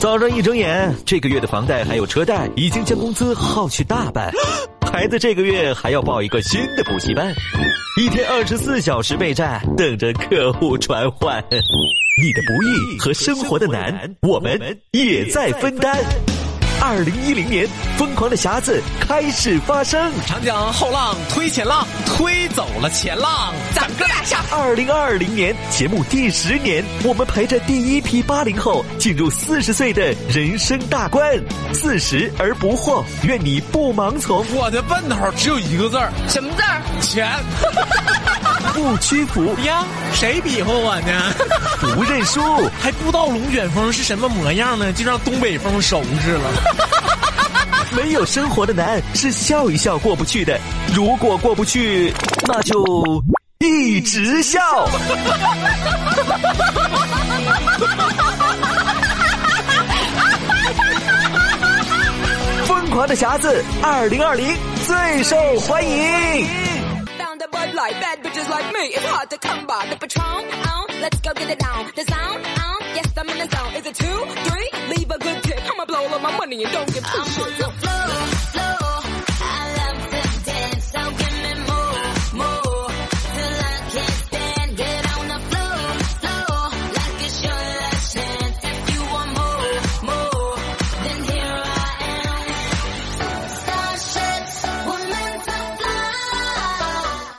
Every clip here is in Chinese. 早上一睁眼，这个月的房贷还有车贷已经将工资耗去大半，孩子这个月还要报一个新的补习班，一天二十四小时备战，等着客户传唤。你的不易和生活的难，我们也在分担。二零一零年，疯狂的匣子开始发生。长江后浪推前浪，推走了前浪，咱哥俩上。二零二零年节目第十年，我们陪着第一批八零后进入四十岁的人生大关。四十而不惑，愿你不盲从，我的奔头只有一个字儿：什么字儿？钱。不屈服，呀，谁比划我 呢？不认输。还不知道龙卷风是什么模样呢，就让东北风收拾了。 没有生活的难是笑一笑过不去的，如果过不去，那就一直笑。疯狂的匣子，二零二零最受欢迎。 Found a bud light, bad bitches like me. It's hard to come by. The patron, oh, let's go get it down. The sound, oh, yes, I'm in the zone. Is it two, three? Leave a good tip. I'ma blow all of my money and don't give two shits. Starships were meant to fly.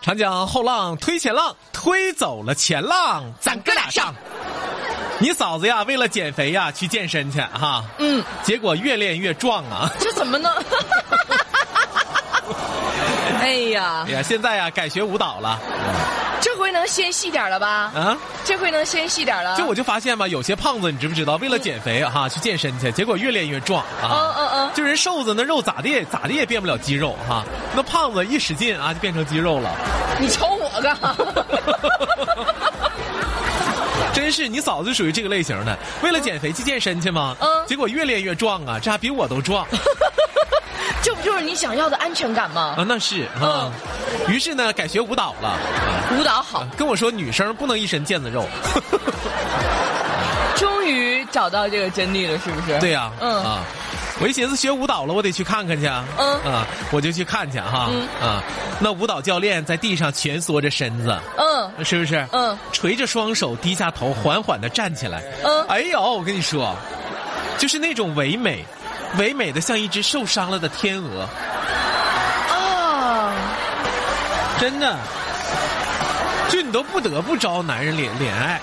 长江后浪推前浪，推走了前浪，咱哥俩上。你嫂子呀，为了减肥呀，去健身去哈，嗯，结果越练越壮啊。这怎么呢？ 哎呀哎，呀，现在呀，改学舞蹈了这回能纤细点了吧？啊。这回能纤细点了。就我就发现吧，有些胖子你知不知道，为了减肥啊哈，去健身去，结果越练越壮啊。嗯嗯嗯就人瘦子那肉咋地也咋地也变不了肌肉哈、那胖子一使劲啊就变成肌肉了。你瞅我干 啥？真是你嫂子属于这个类型的，为了减肥去健身去吗？嗯结果越练越壮啊，这还比我都 壮这不就是你想要的安全感吗？啊，那是嗯啊。于是呢，改学舞蹈了。啊舞蹈好，跟我说，女生不能一身腱子肉。终于找到这个真谛了，是不是？对呀、啊，嗯我一寻思学舞蹈了，我得去看看去啊。嗯啊，我就去看去哈、啊。嗯那舞蹈教练在地上蜷缩着身子，嗯是不是？嗯，垂着双手，低下头，缓缓的站起来。嗯哎呦，我跟你说，就是那种唯美，唯美的像一只受伤了的天鹅，哦哎啊，真的，就你都不得不招男人怜怜爱，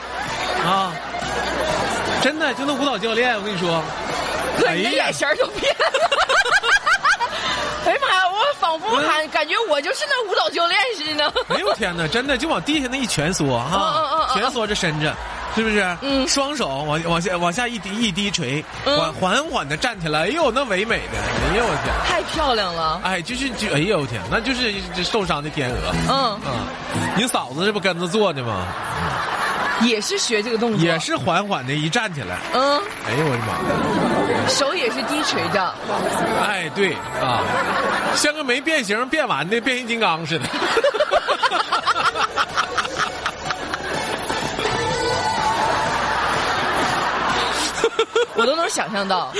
啊，真的，就那舞蹈教练，我跟你说，哥，你的哎呀眼神儿都变了。哎呀妈呀！我仿佛还感觉我就是那舞蹈教练似的。哎呦我天哪，真的就往地下那一蜷缩嗯嗯哈嗯，嗯蜷缩着身子，是不是？嗯双手往往下往下一低一低垂，嗯缓缓缓的站起来，哎呦那唯美的，哎呦我天。太漂亮了。哎，就是就，哎呦我天，那就是这受伤的天鹅。嗯，啊，你嫂子这不跟着坐呢吗？也是学这个动作。也。是缓缓的一站起来，嗯，哎呦我的妈！手也是低垂着。哎，对啊，像个没变形变完的变形金刚似的。我都能想 象到，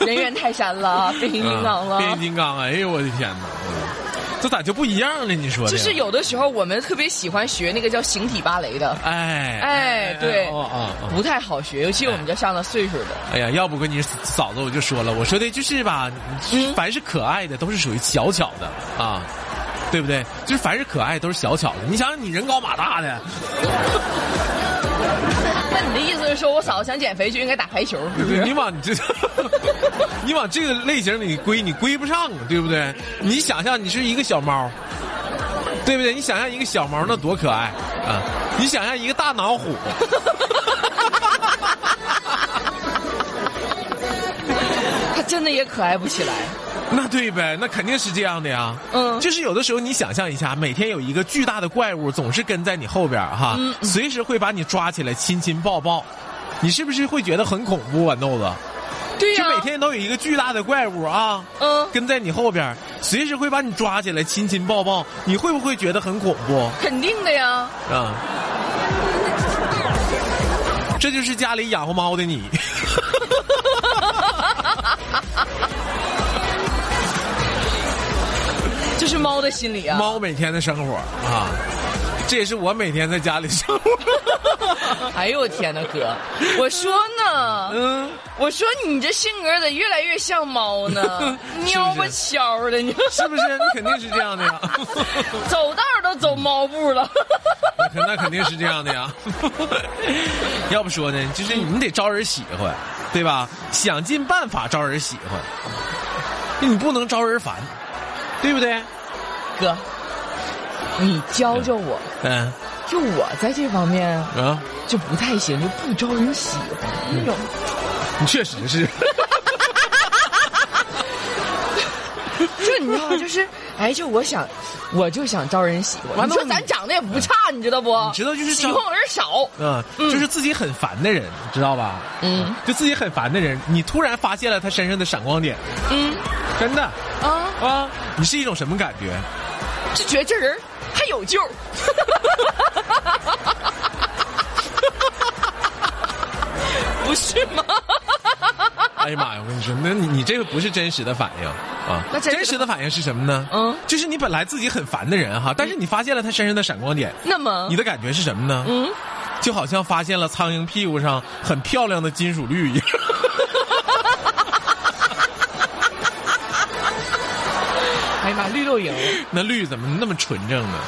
人猿泰山了，变形金刚啊变了形。金刚，哎呦我的天哪！嗯这咋就不一样呢？你说的就是有的时候我们特别喜欢学那个叫形体芭蕾的，哎哎，对哦哦，哦不太好学，尤其我们这上了岁数的，哎呀，要不跟你嫂子我就说了，我说的就是吧，嗯凡是可爱的都是属于小巧的啊，对不对？就是凡是可爱都是小巧的。你想想，你人高马大的，那你的意思是说我嫂子想减肥就应该打排球，是不你是？往你这， 你往这个类型里归，你归不上，啊对不对？你想象你是一个小猫，对不对？你想象一个小猫那多可爱啊！你想象一个大老虎，她真的也可爱不起来。那对呗，那肯定是这样的呀。嗯就是有的时候你想象一下，每天有一个巨大的怪物总是跟在你后边儿哈，嗯随时会把你抓起来亲亲抱抱，你是不是会觉得很恐怖啊，豆子？对啊就呀、每天都有一个巨大的怪物啊，嗯，跟在你后边儿，随时会把你抓起来亲亲抱抱，你会不会觉得很恐怖肯定的呀。啊？这就是家里养活猫的你。猫的心理啊。猫每天的生活啊，这也是我每天在家里生活。哎呦我天呐， 哥，我说呢，嗯，我说你这性格咋越来越像猫呢 是不，是喵吧悄的，你是不是？你肯定是这样的 呀，走道儿都走猫 步了。那肯那肯定是这样的呀。 要不说呢，就是你得招人喜欢，对吧？想尽办法招人喜欢，你不能招人烦，对不对？哥，你教教我，嗯就我在这方面啊，就不太行，就不招人喜欢嗯那种。你确实是，就你知道，就是哎，就我想，我就想招人喜欢。完你了说你嗯咱长得也不差，你知道不？你知道就是喜招欢我人少。 嗯，就是自己很烦的人，你知道吧？嗯就自己很烦的人，你突然发现了他身上的闪光点，嗯真的啊，啊，你是一种什么感觉？就觉得这人还有救。 不是吗？哎呀妈呀！我跟你说，那你你这个不是真实的反应啊，那真实的真实的反应是什么呢？嗯就是你本来自己很烦的人哈，但是你发现了他身上的闪光点，那么你的感觉是什么呢？嗯，就好像发现了苍蝇屁股上很漂亮的金属绿一样。哎呀妈，绿豆蝇！那绿怎么那么纯正呢？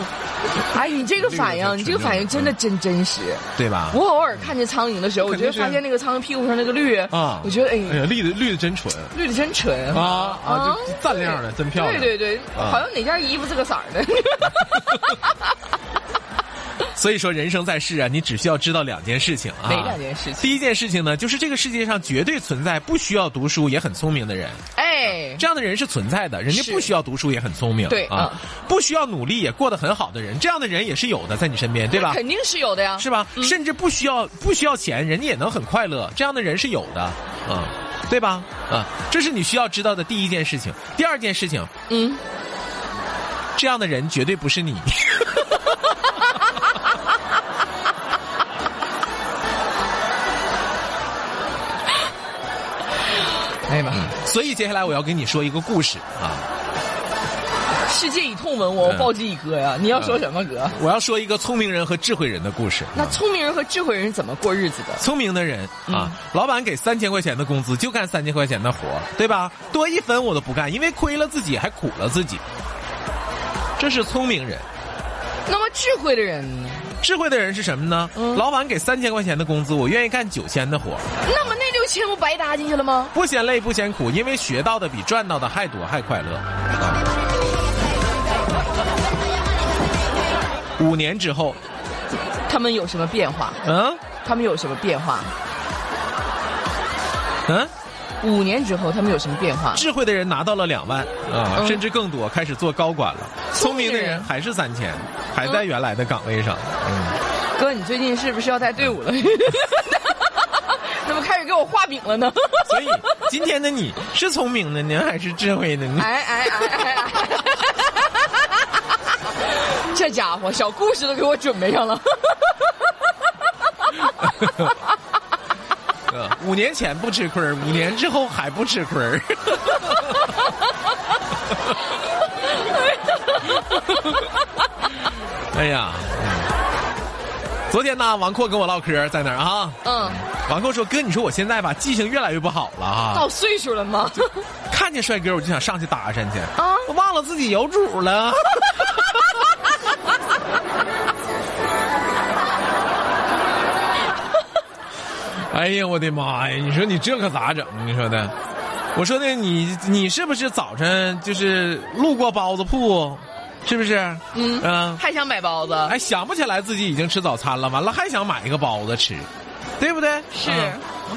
哎，你这个反绿豆应，蝇你这个反应真的真真实。对吧？我偶尔看见苍蝇的时候，我肯觉定得是发现那个苍蝇屁股上那个绿啊，我觉得哎哎，呀，绿的绿的真纯绿的真纯啊啊，这这锃亮的，真漂亮。哦对对对，啊好像哪件衣服这个色儿的。所以说，人生在世啊，你只需要知道两件事情啊。哪两件事情第一件事情呢，就是这个世界上绝对存在不需要读书也很聪明的人， 哎，这样的人是存在的，人家是不需要读书也很聪明，对嗯啊，不需要努力也过得很好的人，这样的人也是有的，在你身边，对吧？肯定是有的呀。是吧？甚至不需要不需要钱，人家也能很快乐，这样的人是有的，啊，对吧？啊，这是你需要知道的第一件事情。第二件事情，嗯，这样的人绝对不是你。哎呀妈，所以接下来我要跟你说一个故事啊。世界以痛吻我，我嗯报之以歌呀。你要说什么歌？我要说一个聪明人和智慧人的故事。那啊聪明人和智慧人怎么过日子的？聪明的人啊，老板给三千块钱的工资就干三千块钱的活儿，对吧？多一分我都不干，因为亏了自己还苦了自己。这是聪明人。那么智慧的人呢？智慧的人是什么呢？嗯老板给三千块钱的工资，我愿意干九千的活儿，那么那六千不白搭进去了吗？不嫌累不嫌苦，因为学到的比赚到的还多还快乐。啊五年之后，他们有什么变化？嗯他们有什么变化？嗯，五年之后他们有什么变化？智慧的人拿到了两万啊、嗯甚至更多，开始做高管了。聪聪明明的的人人还是三千，还在原来的岗位 上。嗯，哥，你最近是不是要带队伍了？ 怎么开始给我画饼了呢？所以今天的你是聪明的呢，还是智慧的呢？ 哎哎哎哎哎！这家伙小故事都给我准备上了。嗯五年前不吃亏儿，五年之后还不吃亏 儿。哎呀，嗯昨天呢，王阔跟我唠嗑，在那儿啊，嗯，王阔说：“哥，你说我现在吧，记性越来越不好了啊。” 到岁数了吗？看见帅哥我就想上去搭讪去啊我忘了自己有主了。 哎呀，我的妈呀！你说你这可咋整？啊你说的，我说的你你是不是早晨就是路过包子铺，是不是？嗯啊还想买包子？哎，想不起来自己已经吃早餐了，完了还想买一个包子吃，对不对？是啊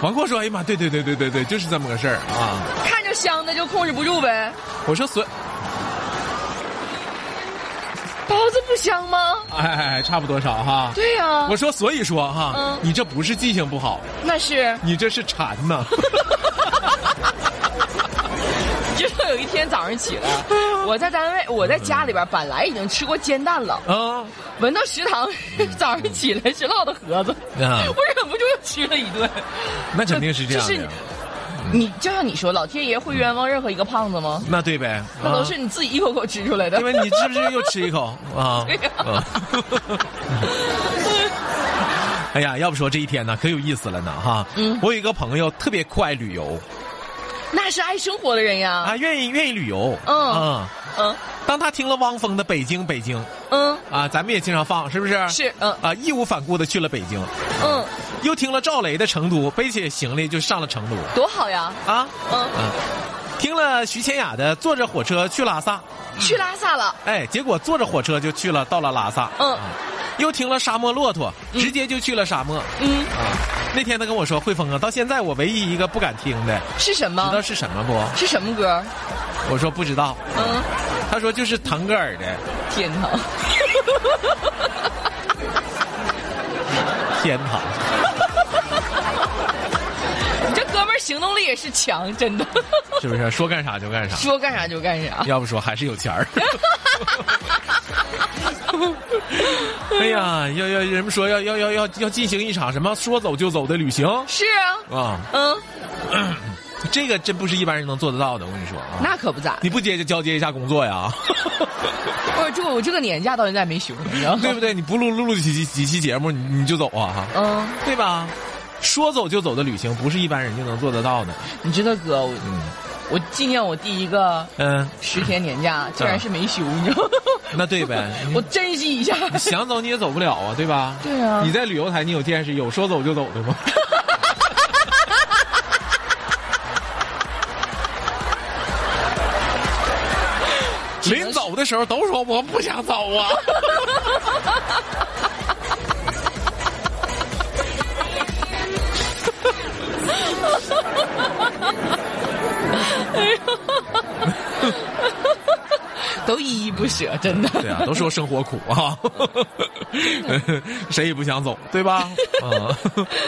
王阔说：“哎呀妈，对对对对对对，就是这么个事儿啊。”看着香的就控制不住呗。我说所，包子不香吗？哎哎哎，差不多少哈？对呀、我说所以说哈，嗯你这不是记性不好，那是。你这是馋 呐。你知道有一天早上起来，我在单位，我在家里边本来已经吃过煎蛋了，啊，闻到食堂 早上起来是烙的盒子，啊我忍不住又吃了一顿。那肯定是这样的呀。嗯就是你就像你说，老天爷会冤枉任何一个胖子吗？那对呗，那都啊是你自己一口口吃出来的因。为你是不是又吃一口啊？啊 哎呀，要不说这一天呢，可有意思了呢哈。嗯我有一个朋友特别酷爱旅游那是爱生活的人呀。啊，愿意愿意旅游。嗯啊嗯当他听了汪峰的《北京北京》嗯啊，咱们也经常放，是不是？是嗯啊，义无反顾的去了北京，嗯，又听了赵雷的《成都》，背起行李就上了成都多好呀。啊。嗯，嗯，听了徐千雅的《坐着火车去拉萨》，去拉萨了。哎，结果坐着火车就去了，到了拉萨。嗯啊又听了沙漠骆驼，直接就去了沙漠。嗯，啊，那天他跟我说，汇丰啊，到现在我唯一一个不敢听的，是什知道么？是什么不？是什么歌？我说不知道。嗯，他说就是腾格尔的天堂。 《天堂》。 你这哥们儿行动力也是强，真的。 是不是说干啥就干啥？说干啥就干啥。要不说还是有钱儿。哎呀，要要人们说要要要要要进行一场什么说走就走的旅行是啊。啊，嗯，这个真不是一般人能做得到的。我跟你说啊，那可不咋的。你不接就交接一下工作呀， 我这我这个年假到现在没休，你知道吗？对不对？你不录录录几期几期节目，你你就走啊，嗯。对吧？说走就走的旅行不是一般人就能做得到的。你知道哥，我、我纪念我第一个嗯，十天年假，竟啊然是没休，你知道吗？那对呗我我珍惜一下。你想走你也走不了啊，对吧？对啊你在旅游台你有见识，有说走就走的吗？ 临走的时候都说我不想走啊。都依依不舍，真的。 对啊，都说生活苦啊， 谁也不想走，对吧？啊，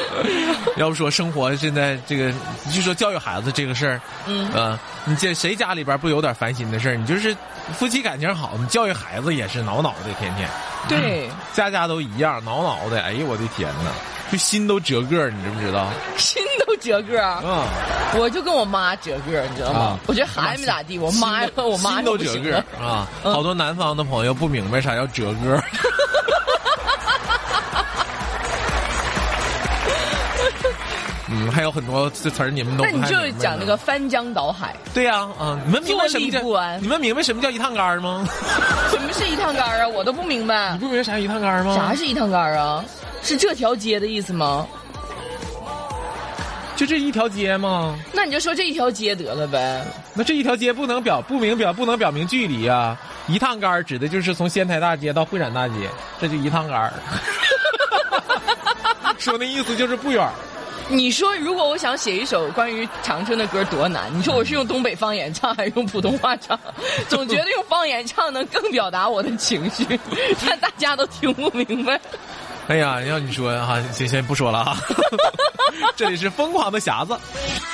要不说生活现在这个，你就说教育孩子这个事儿，嗯，啊，你这谁家里边不有点烦心的事儿？你就是夫妻感情好，你教育孩子也是挠挠的，天天对，家家都一样，挠挠的。哎呦，我的天哪，就心都折个儿，你知不知道？心都折个儿，啊，我就跟我妈折个儿，你知道吗？啊我觉得孩子没咋地，我妈 心都我妈心都就不折行个了儿啊！嗯好多南方的朋友不明白啥叫折个 儿。嗯，还有很多这词儿你们都那不你太就明白讲那呢个翻江倒海，对呀啊，你们明白什么坐立不叫安你们明白什么叫一趟杆儿吗？什么是一趟杆儿啊？我都不明白你，不明白啥一趟杆儿吗？啥是一趟杆儿啊？是这条街的意思吗？就这一条街吗？那你就说这一条街得了呗。那这一条街不能表不明表不能表明距离啊！一趟杆儿指的就是从仙台大街到会展大街，这就一趟杆 儿。说那意思就是不远儿。你说，如果我想写一首关于长春的歌多难？你说我是用东北方言唱还是用普通话唱？总觉得用方言唱能更表达我的情绪， 但大家都听不明白。 哎呀，要你说哈、啊，先先不说了啊。这里是疯狂的匣子， have